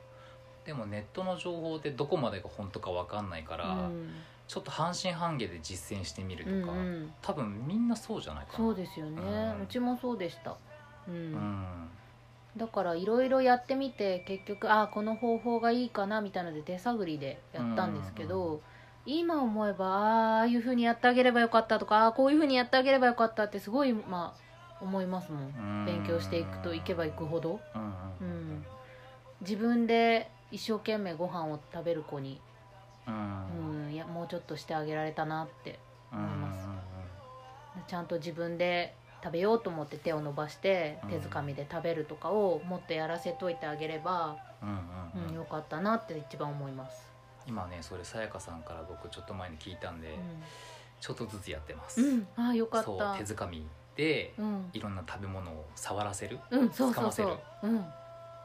B: でもネットの情報ってどこまでが本当か分かんないから、
A: うん
B: ちょっと半信半疑で実践してみるとか、
A: うんうん
B: 多分みんなそうじゃないかな
A: そうですよね、
B: う
A: うんちもそうでした、うん
B: うん
A: だからいろいろやってみて結局ああこの方法がいいかなみたいので手探りでやったんですけど、
B: うんうん
A: 今思えばあああいうふうにやってあげればよかったとかああこういうふうにやってあげればよかったってすごい、まあ、思いますもん
B: うん
A: 勉強していくといけばいくほど
B: うんうんうん
A: 自分で一生懸命ご飯を食べる子に、
B: うん
A: うん、いやもうちょっとしてあげられたなって
B: うん
A: 思います
B: うんうん
A: ちゃんと自分で食べようと思って手を伸ばして
B: うん
A: 手づかみで食べるとかをもっとやらせといてあげれば、
B: うん
A: う、
B: うんんうん
A: よかったなって一番思います、
B: 今ねそれさやかさんから僕ちょっと前に聞いたんで、ちょっとずつやってます、
A: うんああよかっ
B: そう
A: た
B: 手づかみで
A: うん、
B: いろんな食べ物を触らせる
A: うん、そうそう
B: 掴
A: そ
B: ま
A: う、うん、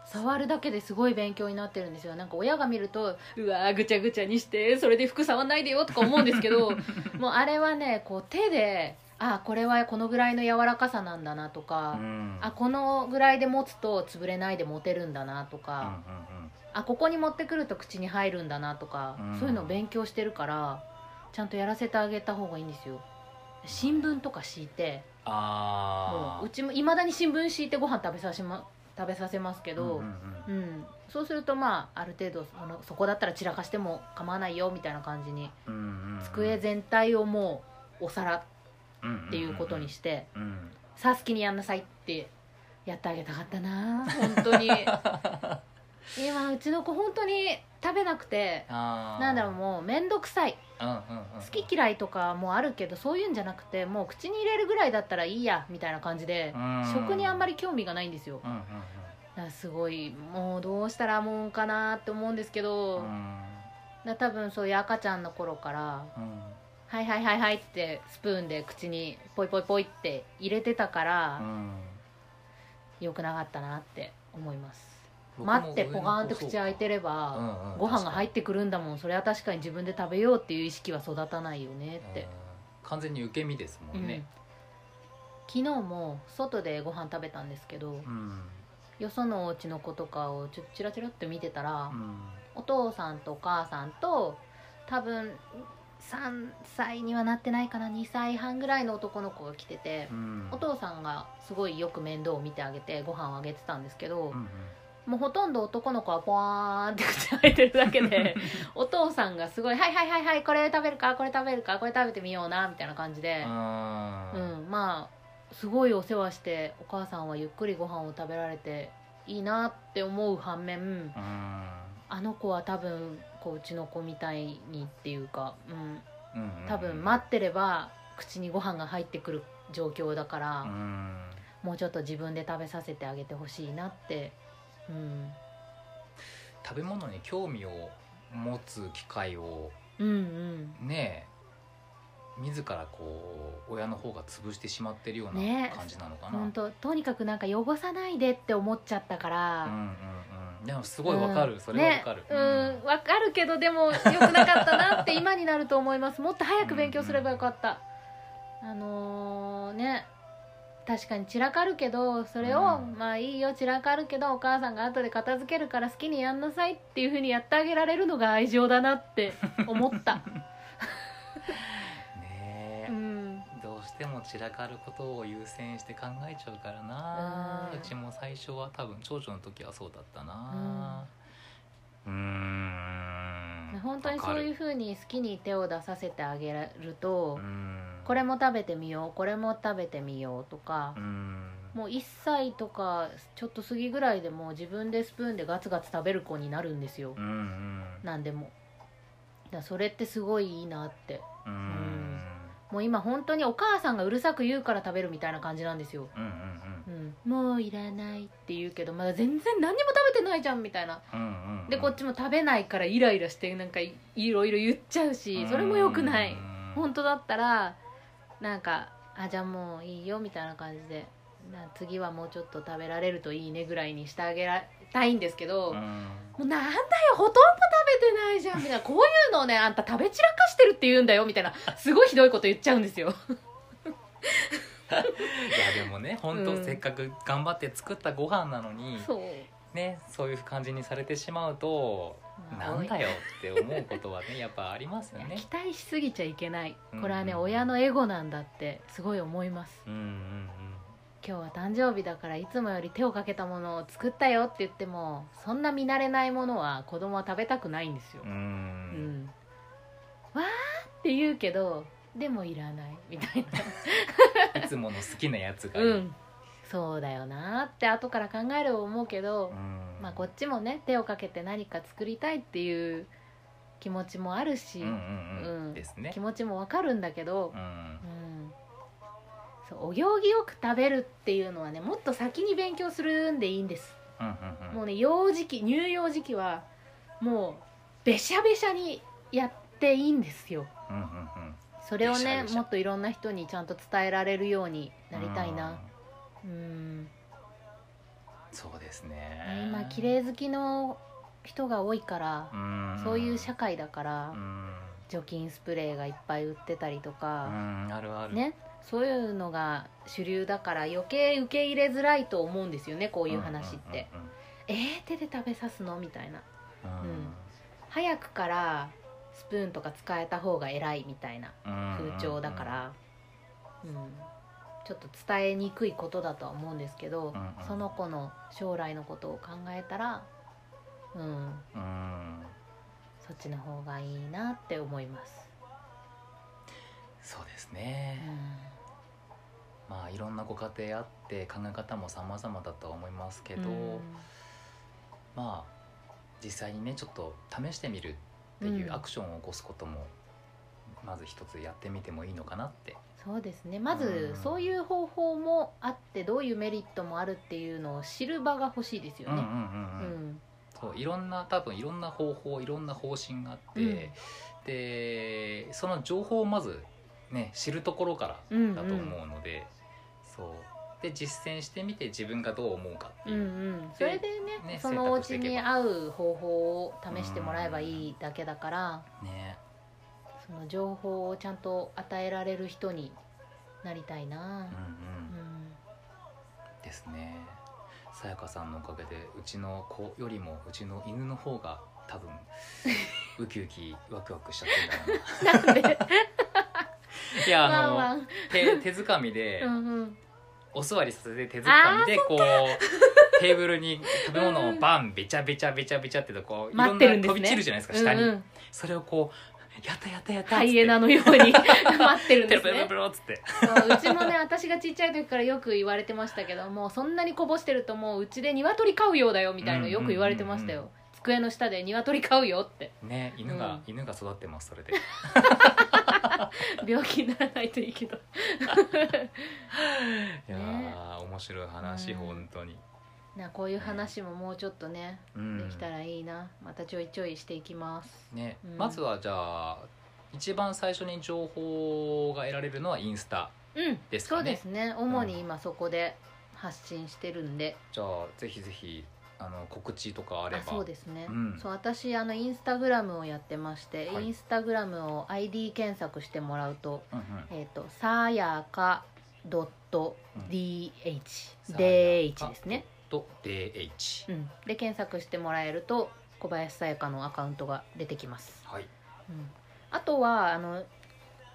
A: 触るだけですごい勉強になってるんですよなんか親が見るとうわーぐちゃぐちゃにしてそれで服触んないでよとか思うんですけ どもうあれはねこう手でああこれはこのぐらいの柔らかさなんだなとか、
B: うん
A: あこのぐらいで持つと潰れないで持てるんだなと
B: うんう
A: か、
B: ん
A: あここに持ってくると口に入るんだなとか、
B: うん
A: そういうのを勉強してるからちゃんとやらせてあげた方がいいんですよ新聞とか敷いて
B: あ
A: も
B: ー
A: ううちもいまだに新聞敷いてご飯食べさせ,、ま、食べさせますけど、
B: う
A: うん
B: うん
A: ん
B: うん
A: そうするとまあある程度そのそこだったら散らかしても構わないよみたいな感じに
B: うんうんうん
A: 机全体をもうお皿っ
B: って
A: いうことにして、
B: うん
A: さあ好きにやんなさいってやってあげたかった な本当に 今うちの子本当に食べなくて
B: あー
A: なんだろうもう面倒くさい
B: うんうんうんうん
A: 好き嫌いとかもあるけどそういうんじゃなくてもう口に入れるぐらいだったらいいやみたいな感じで
B: うん
A: 食にあんまり興味がないんですよ
B: うんうんうん
A: だからすごいもうどうしたらもんかなって思うんですけど、
B: う
A: だか
B: ん
A: ら多分そういう赤ちゃんの頃から
B: うん
A: 「はいはいはいはい」ってスプーンで口にポイポイポイって入れてたから、
B: うん
A: 良くなかったなって思います
B: 僕も
A: 待ってポカーンって口開いてれ
B: 上
A: ば
B: の子そうかうんうん
A: ご飯が入っ
B: 確
A: てくるんだもんそれは確かに自分で食べようっていう意識は育たないよね
B: か
A: っ
B: に
A: て
B: うん、完全に受け身ですもん
A: うん
B: ね
A: 昨日も外でご飯食べたんですけど
B: うん
A: よそのお家の子とかをちょチラチラって見てたら、
B: うん
A: お父さんとお母さんと多分3歳にはなってないかな2歳半ぐらいの男の子が来てて
B: う、ん
A: お父さんがすごいよく面倒を見てあげてご飯をあげてたんですけど、
B: うんうん
A: もうほとんど男の子はポワーンって口開いてるだけでお父さんがすごい「はいはいはいはいこれ食べるかこれ食べるかこれ食べてみような」みたいな感じで、
B: あ
A: う
B: ー
A: ん、まあすごいお世話してお母さんはゆっくりご飯を食べられていいなって思う反面
B: う
A: あの子は多分こううちの子みたいにっていうか、うん、
B: んうんうん
A: 多分待ってれば口にご飯が入ってくる状況だか
B: う
A: ら、
B: ん
A: もうちょっと自分で食べさせてあげてほしいなって、うん
B: 食べ物に興味を持つ機会を
A: うんうん
B: ねえ自らこう親の方が潰してしまってるよう
A: ね
B: な
A: え
B: 感じなのかな、
A: 本当とにかくなんか汚さないでって思っちゃったか
B: うんう
A: ら、
B: んうんでもすごいわかる、
A: うん
B: それはわかる、
A: ねうん、わかるけどでも良くなかったな って今になると思いますもっと早く勉強すればよかった、あのーね確かに散らかるけどそれを、
B: うん
A: まあいいよ散らかるけどお母さんが後で片付けるから好きにやんなさいっていうふうにやってあげられるのが愛情だなって思 った、
B: ねえ
A: うん、
B: どうしても散らかることを優先して考えちゃうからな
A: うん
B: うちも最初は多分長女の時はそうだったなうーん
A: 本当にそういう
B: わかる
A: ふうに好きに手を出させてあげると、
B: うん
A: これも食べてみようこれも食べてみようとか
B: う、ん
A: もう1歳とかちょっと過ぎぐらいでもう自分でスプーンでガツガツ食べる子になるんですよ
B: うんうん
A: 何でもだからそれってすごいいいなって
B: うんうん
A: もう今本当にお母さんがうるさく言うから食べるみたいな感じなんですよ、
B: うん
A: うん、もういらないって言うけどまだ全然何にも食べてないじゃんみたいな
B: うんうんうん
A: でこっちも食べないからイライラしてなんかいいろいろ言っちゃうしそれも良くない本当だったらなんかあじゃあもういいよみたいな感じでな次はもうちょっと食べられるといいねぐらいにしてあげらたいんですけど、
B: う
A: も
B: ん
A: うなんだよほとんど食べてないじゃんみたいなこういうのをねあんた食べ散らかしてるって言うんだよみたいなすごいひどいこと言っちゃうんですよ
B: いやでもね本
A: う
B: 当
A: ん
B: せっかく頑張って作ったご飯なのに
A: そう
B: ねそういう感じにされてしまうとなんだよって思うことは ねやっぱありますよ
A: いや
B: ね
A: 期待しすぎちゃいけない
B: うん
A: これはね、親のエゴなんだってすごい思います
B: うんうん
A: 今日は誕生日だからいつもより手をかけたものを作ったよって言ってもそんな見慣れないものは子供は食べたくないんですよ
B: うんう、ん
A: うんわーって言うけどでもいらないみたい
B: いつもの好きなやつが
A: な、
B: いい、
A: うん、そうだよなーって後から考える思うけど、
B: うん
A: まあ、こっちもね手をかけて何か作りたいっていう気持ちもあるし、
B: うんうんうん
A: うん
B: ですね
A: 気、持ちもわかるんだけど
B: う、ん
A: うんそうお行儀よく食べるっていうのはねもっと先に勉強するんでいいんです、
B: うんうん
A: もうね幼児期乳幼児期はもうべしゃべしゃにやっていいんですよ
B: うんうんうん
A: それを
B: べしゃ
A: ね
B: べしゃ
A: もっといろんな人にちゃんと伝えられるようになりたいなうん
B: そうです
A: ね
B: ね
A: 今綺麗好きの人が多いから
B: うん
A: そういう社会だか
B: う
A: ら
B: ん
A: 除菌スプレーがいっぱい売ってたりと
B: う
A: か
B: んあるある
A: ねそういうのが主流だから余計受け入れづらいと思うんですよねこういう話って
B: うんうん
A: えー、手で食べさすのみたいな
B: うんうん
A: 早くからスプーンとか使えた方が偉いみたいな
B: うん
A: 風潮だから、うん、ちょっと伝えにくいことだとは思うんですけど、
B: うんうん
A: その子の将来のことを考えたら、うん、
B: うん
A: そっちの方がいいなって思います。
B: そうです
A: う
B: ね、
A: ん
B: まあいろんなご家庭あって考え方も様々だとは思いますけど、
A: うん
B: まあ実際にねちょっと試してみるっていう
A: うん
B: アクションを起こすことも、まず一つやってみてもいいのかなって
A: そうですねまず
B: うん
A: そういう方法もあってどういうメリットもあるっていうのを知る場が欲しいですよ
B: うんう
A: ね。
B: んうんうんそういろんな多分いろんな方法いろんな方針があって、
A: うん
B: でその情報をまずね知るところから
A: うんうん
B: だと思うので、そうで実践してみて自分がどう思うかって
A: うん
B: いうう、
A: ん、それでね
B: ね
A: そのお
B: 選択して
A: 家
B: いけば
A: に合う方法を試してもらえばいいだけだから
B: ね
A: その情報をちゃんと与えられる人になりたいな
B: うん、うん
A: う ん
B: ですねさやかさんのおかげでうちの子よりもうちの犬の方が多 分ウキウキワクワクしちゃってる
A: な
B: んだな
A: んで
B: いやあ
A: ワ
B: の
A: ンワン
B: 手手づかみで、
A: うんうん
B: お座りさせて手づかみでこうテーブルに食べ物をバンべちゃべちゃべちゃべちゃってとこういろ
A: 待
B: ん
A: って
B: な
A: るんです
B: 飛
A: ね
B: び散るじゃないですか下に、
A: うんうん
B: それをこうやったやったやったっ
A: ハ
B: つって
A: イエナのように 待ってるんで
B: ペ
A: す
B: ロペロペロ
A: ね
B: ペロっつって
A: そううちもね私がちっちゃい時からよく言われてましたけどもうそんなにこぼしてるともううちで鶏飼うようだよみたいのよく言われてましたよ、
B: うん
A: 机の下で鶏飼うよって
B: ね犬が、
A: うん
B: 犬が育ってます それで
A: 病気にならないといいけど
B: いやー面白い話
A: うん
B: 本当に、
A: なこういう話ももうちょっとね
B: うん、
A: できたらいいなまたちょいちょいしていきます
B: ね、
A: うん
B: まずはじゃあ一番最初に情報が得られるのはインスタ
A: うん
B: です
A: そ
B: か
A: うで
B: ね
A: すね主に今そこで発信してるんで、
B: じゃあぜひぜひあの告知とかあれば
A: あそうですね、
B: うん
A: そう私あのインスタグラムをやってまして、
B: はい
A: インスタグラムを ID 検索してもらうと
B: うんうん
A: えっ、とさやか .dh、
B: さ
A: dh
B: あ
A: ですね、
B: と DH
A: うん、で検索してもらえると小林さやかのアカウントが出てきます、
B: はい
A: うん、あとはあの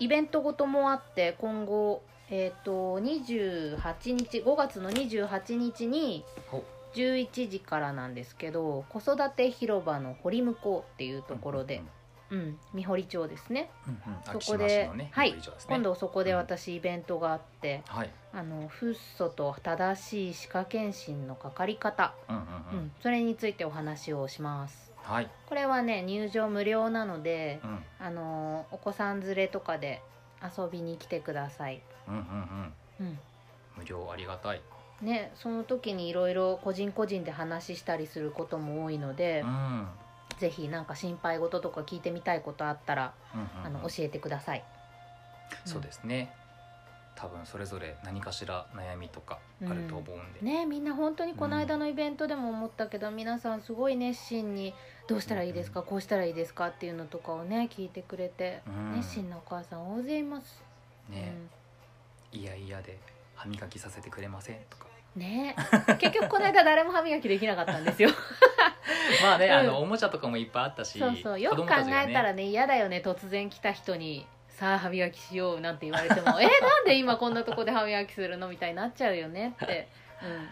A: イベントごともあって今後えっ、と28日5月の28日に
B: お
A: 11時からなんですけど子育て広場の堀向こうっていうところで、うん、三堀町ですね
B: うんうんうん
A: そこで
B: 昭島市のね
A: はい
B: 以上ですね
A: 今度そこで私イベントがあって、
B: はい
A: あのフッ素と正しい歯科検診のかかり方、
B: うんうん
A: う
B: うん
A: ん、それについてお話をします
B: はい
A: これはね入場無料なので
B: う、ん
A: あのお子さん連れとかで遊びに来てください、
B: うんうんうん
A: うん
B: 無料ありがたい
A: ね、その時にいろいろ個人個人で話したりすることも多いので、
B: うん
A: ぜひなんか心配事とか聞いてみたいことあったら、
B: うんうん
A: あ
B: うん
A: の教えてください
B: そうですね多分それぞれ何かしら悩みとかあると思うんで、
A: ねみんな本当にこの間のイベントでも思ったけど、皆さんすごい熱心にどうしたらいいですか、こうしたらいいですかっていうのとかをね聞いてくれて、
B: うん
A: 熱心なお母さん大勢います
B: ねいやいやで歯磨きさせてくれませんとか
A: うんね結局この間誰も歯磨きできなかったんですよ
B: まあね、
A: うん
B: あのおもちゃとかもいっぱいあったし
A: そうそうよく
B: 子
A: 考
B: 供たち
A: え
B: が
A: た
B: ね
A: らね嫌だよね突然来た人に「さあ歯磨きしよう」なんて言われても「えなんで今こんなとこで歯磨きするの?」みたいになっちゃうよね って、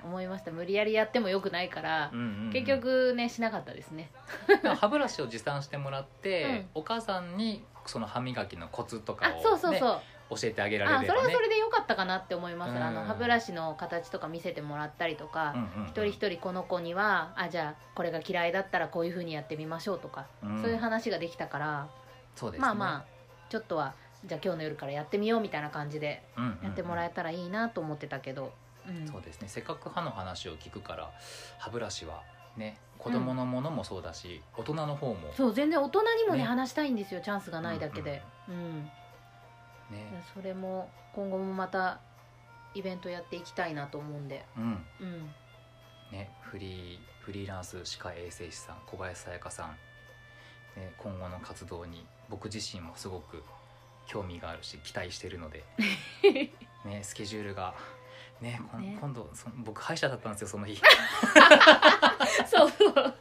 A: うん、思いました無理やりやってもよくないから
B: うんうんうん
A: 結局ねしなかったですね
B: 歯ブラシを持参してもらって、
A: うん
B: お母さんにその歯磨きのコツとかを、
A: あ
B: ね、
A: そうそうそう
B: 教えてあげら
A: あ
B: れ
A: そ
B: れ
A: れ
B: ば
A: は
B: ね
A: それで良かったかなって思います、
B: うん
A: あの歯ブラシの形とか見せてもらったりとか、
B: うんうん
A: 一人一人この子にはあじゃあこれが嫌いだったらこういうふうにやってみましょうとか、
B: うん
A: そういう話ができたから、
B: そうですね
A: まあまあちょっとはじゃあ今日の夜からやってみようみたいな感じで
B: あ、うんうんうん
A: やってもらえたらいいなと思ってたけど、うん
B: そうですねせっかく歯の話を聞くから歯ブラシはね子供のものもそうだし、大人の方も
A: そう全然大人にもね
B: ね
A: 話したいんですよチャンスがないだけで、うんいや
B: ね
A: それも今後もまたイベントやっていきたいなと思うんで、
B: うん
A: うん、
B: ねフリーフリーランス歯科衛生士さん小林さやかさん、ね、今後の活動に僕自身もすごく興味があるし期待して るので、ね、スケジュールが、ねこん
A: ね
B: 今度そ僕歯医者だったんですよ その日
A: そうそう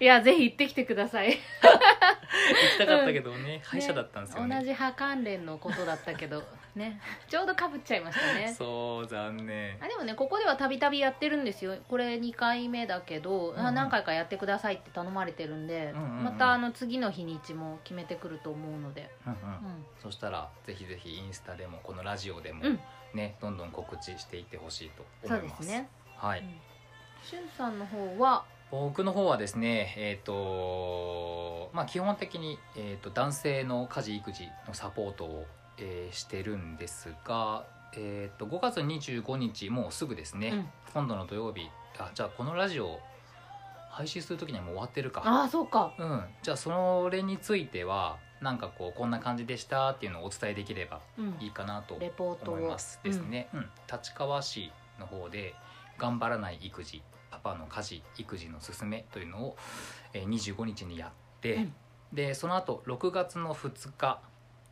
A: いやぜひ行ってきてください
B: 行きたかったけどね、歯医者だったんですよね
A: 同じ歯関連のことだったけ どねちょうどかぶっちゃいましたね
B: そう残念
A: あでもねここではたびたびやってるんですよこれ2回目だけど、
B: うん
A: あ何回かやってくださいって頼まれてるんで、
B: うんうんうん
A: またあの次の日にちも決めてくると思うので、
B: うんう
A: うんん、
B: そしたらぜひぜひインスタでもこのラジオでも、
A: うん
B: ねどんどん告知していってほしいと
A: そう
B: 思い
A: で
B: ます
A: すね
B: はい、
A: しゅんさんの方は
B: 僕の方はですねえっ、とまあ基本的に、えー、と男性の家事育児のサポートを、えーしてるんですが、えー、と5月25日もうすぐですね、
A: うん
B: 今度の土曜日あじゃあこのラジオ配信する時にはもう終わってるか
A: ああそうか
B: うんじゃあそれについてはなんかこうこんな感じでしたっていうのをお伝えできれば
A: うん
B: いいかなと
A: レポートを
B: 思いますですね、うん立川市の方で「頑張らない育児パパの家事育児のすすめ」というのを、えー、25日にやって、
A: うん
B: でその後6月の2日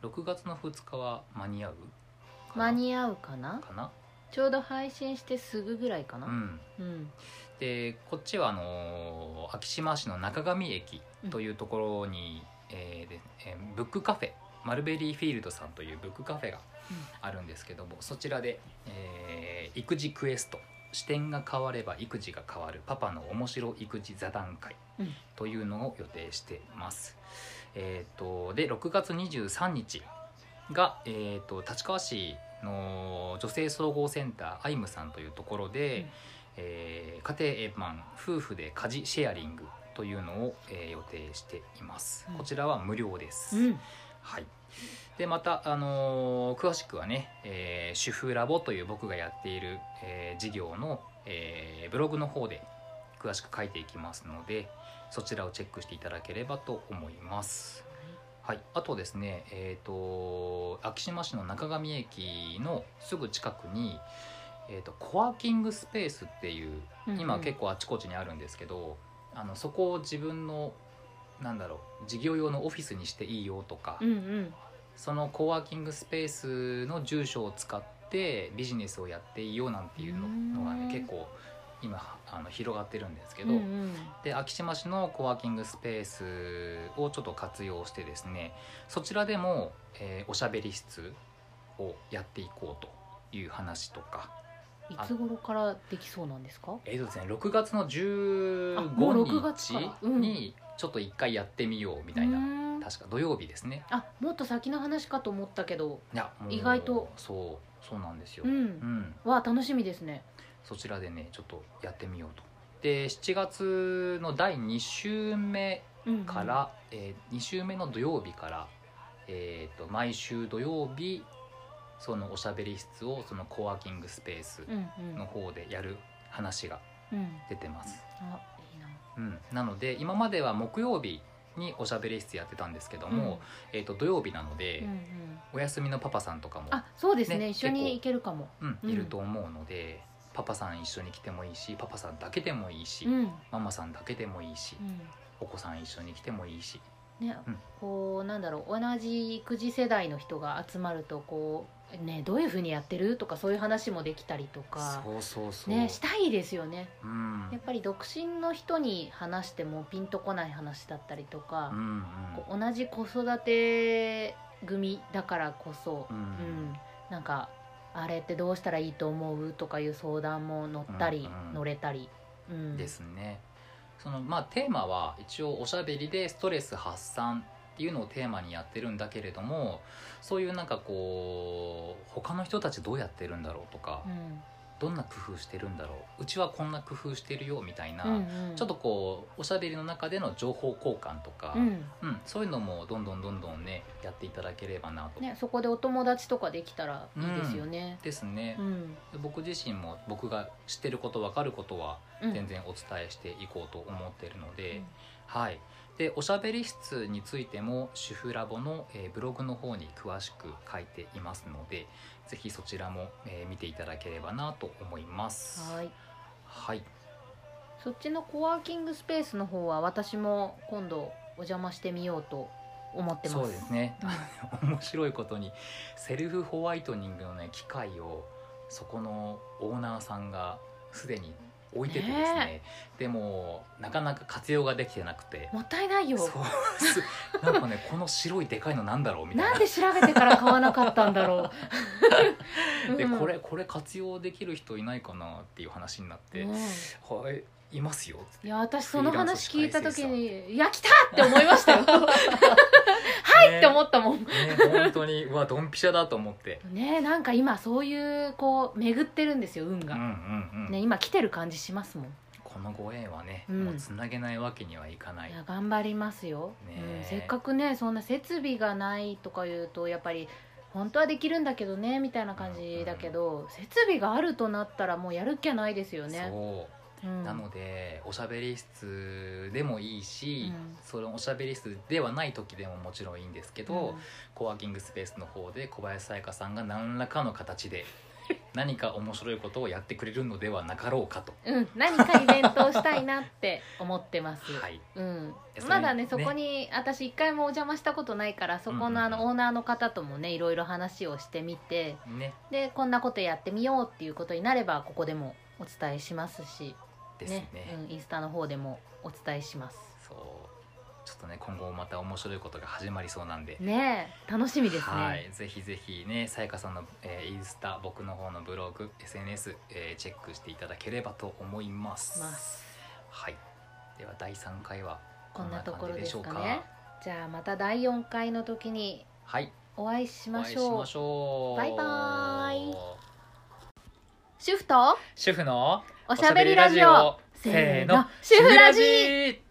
B: 6月の2日は間に合うかな
A: 間に合うかな
B: かな、
A: ちょうど配信してすぐぐらいか
B: う
A: な、
B: ん、
A: うん
B: でこっちはあのー昭島市の中上駅というところに、えーでえーブックカフェマルベリーフィールドさんというブックカフェがあるんですけどもそちらで、えー育児クエスト視点が変われば育児が変わるパパの面白育児座談会
A: うん
B: というのを予定しています、えっ、とで6月23日が、えー、と立川市の女性総合センターアイムさんというところで、
A: うん
B: えー家庭円満夫婦で家事シェアリングというのを、えー予定しています、
A: うん
B: こちらは無料です、
A: うん
B: はい、でまた、あのー詳しくはね、えー主婦ラボという僕がやっている、えー事業の、えーブログの方で詳しく書いていきますのでそちらをチェックしていただければと思います。はい、あとですね、えー、と昭島市の中上駅のすぐ近くに、えー、とコワーキングスペースっていう
A: うんうん
B: 今結構あちこちにあるんですけど、あのそこを自分のなんだろう事業用のオフィスにしていいよとか、
A: うんうん
B: そのコワーキングスペースの住所を使ってビジネスをやっていいよなんていうの
A: うん
B: のがね結構今あの広がってるんですけ
A: うん
B: ど、
A: うん
B: で昭島市のコワーキングスペースをちょっと活用してですねそちらでも、えーおしゃべり室をやっていこうという話とか。
A: いつ頃からできそうなんですか
B: えーとですね、6月の
A: あもう6
B: 15
A: 月
B: 日
A: からうん
B: にちょっと一回やってみようみたいうな
A: ーん
B: 確か土曜日ですね
A: あもっと先の話かと思ったけど
B: いやもう
A: 意外と
B: そうそうなんですよ、
A: う
B: うんん、
A: わあ楽しみですね
B: そちらでねちょっとやってみようとで7月の第2週目
A: うんうん
B: から、え2週目の土曜日から、えー、と毎週土曜日そのおしゃべり室をそのコワーキングスペース
A: うんうん
B: の方でやる話が
A: うん
B: 出てます、
A: あいいな
B: うん、なので今までは木曜日におしゃべり室やってたんですけども、えー、と土曜日なので、
A: うんうん
B: お休みのパパさんとかも、
A: あそうですね
B: ね
A: 一緒
B: 結
A: に
B: 構
A: 行けるかも
B: うん
A: うん
B: いると思うのでパパさん一緒に来てもいいしパパさんだけでもいいし、
A: うん、うん
B: ママさんだけでもいいし、お子さん一緒に来てもいいし、
A: ね
B: うん
A: こうなんだろう同じ育児世代の人が集まるとこう、ね、どういうふうにやってるとかそういう話もできたりとか、
B: そうそうそう、
A: ね、したいですよね
B: うん、うん
A: やっぱり独身の人に話してもピンとこない話だったりと
B: う
A: か、
B: ん
A: こう同じ子育て組だからこそ、
B: うん
A: うんなんかあれってどうしたらいいと思うとかいう相談も乗ったり、
B: うんうん
A: 乗れたり、うん、
B: ですねそのまあテーマは一応おしゃべりでストレス発散っていうのをテーマにやってるんだけれどもそういうなんかこう他の人たちどうやってるんだろうとか、
A: うん
B: どんな工夫してるんだろううちはこんな工夫してるよみたいな、
A: うんうん
B: ちょっとこうおしゃべりの中での情報交換とか、
A: うん
B: うんそういうのもどんどんどんどんねやっていただければなと、
A: ね、そこでお友達とかできたらいいですよね。
B: ですね
A: う、ん、
B: 僕自身も僕が知ってること分かることは
A: うん
B: 全然お伝えしていこうと思ってるので、はい、でおしゃべり室についても主婦ラボの、えーブログの方に詳しく書いていますのでぜひそちらも、えー見ていただければなと思います。、
A: はいい、
B: はい、
A: そっちのコワーキングスペースの方は私も今度お邪魔してみようと思ってます。
B: そうですね 面白いことにセルフホワイトニングのね機械をそこのオーナーさんがすでに置いててですね
A: ね
B: でもなかなか活用ができてなくて
A: もったいないよ
B: そ。うす なんかねこの白いでかいのなんだろうみたいな
A: なんで調べてから買わなかったんだろう。
B: で
A: うん
B: これ、これ活用できる人いないかなっていう話になって
A: うんい
B: 「はいいますよ」つって
A: や私その話聞いた時
B: フリ
A: に「いや来た!」って思いましたよ。
B: はい
A: って思ったもん。
B: ね本当にうわドンピシャだと思って
A: ねなんか今そういうこう巡ってるんですよ運
B: うんう
A: が。
B: んうん、
A: ね今来てる感じしますもん。
B: このご縁はね、
A: うん
B: もうつなげないわけにはいかないい
A: や頑張りますよ、
B: ねえ
A: うん、せっかくねそんな設備がないとか言うとやっぱり本当はできるんだけどねみたいな感じだけど、設備があるとなったらもうやるっきゃないですよね、
B: そう
A: ん、
B: なのでおしゃべり室でもいいし、
A: うん
B: そのおしゃべり室ではない時でももちろんいいんですけど、コワーキングスペースの方で小林彩香さんが何らかの 形で何か面白いことをやってくれるのではなかろうかと。
A: うん、うん、何かイベントをしたいなって思ってます、
B: はい、
A: うん
B: いや、それ
A: まだね
B: ね
A: そこに私一回もお邪魔したことないからそこのあ
B: うんうん
A: の
B: うん
A: オーナーの方ともねいろいろ話をしてみて
B: ね
A: でこんなことやってみようっていうことになればここでもお伝えしますし
B: ですね
A: うん、インスタの方でもお伝えします
B: そうちょっとね今後また面白いことが始まりそうなんで。
A: ねえ楽しみですね
B: はい、ぜひぜひね、さやかさんの、えーインスタ、僕の方のブログ、SNS、えーチェックしていただければと思います。
A: ます
B: はい、では第三回は
A: こんなところですか
B: こんな感じ
A: ねじゃあまた第4回の時に
B: はい、
A: お会いし
B: お
A: ま
B: 会い
A: し
B: し
A: ょう
B: ましょう。
A: バイバーイ主婦と
B: 主婦の
A: おしゃべりラジオせーの主婦ラジ
B: ー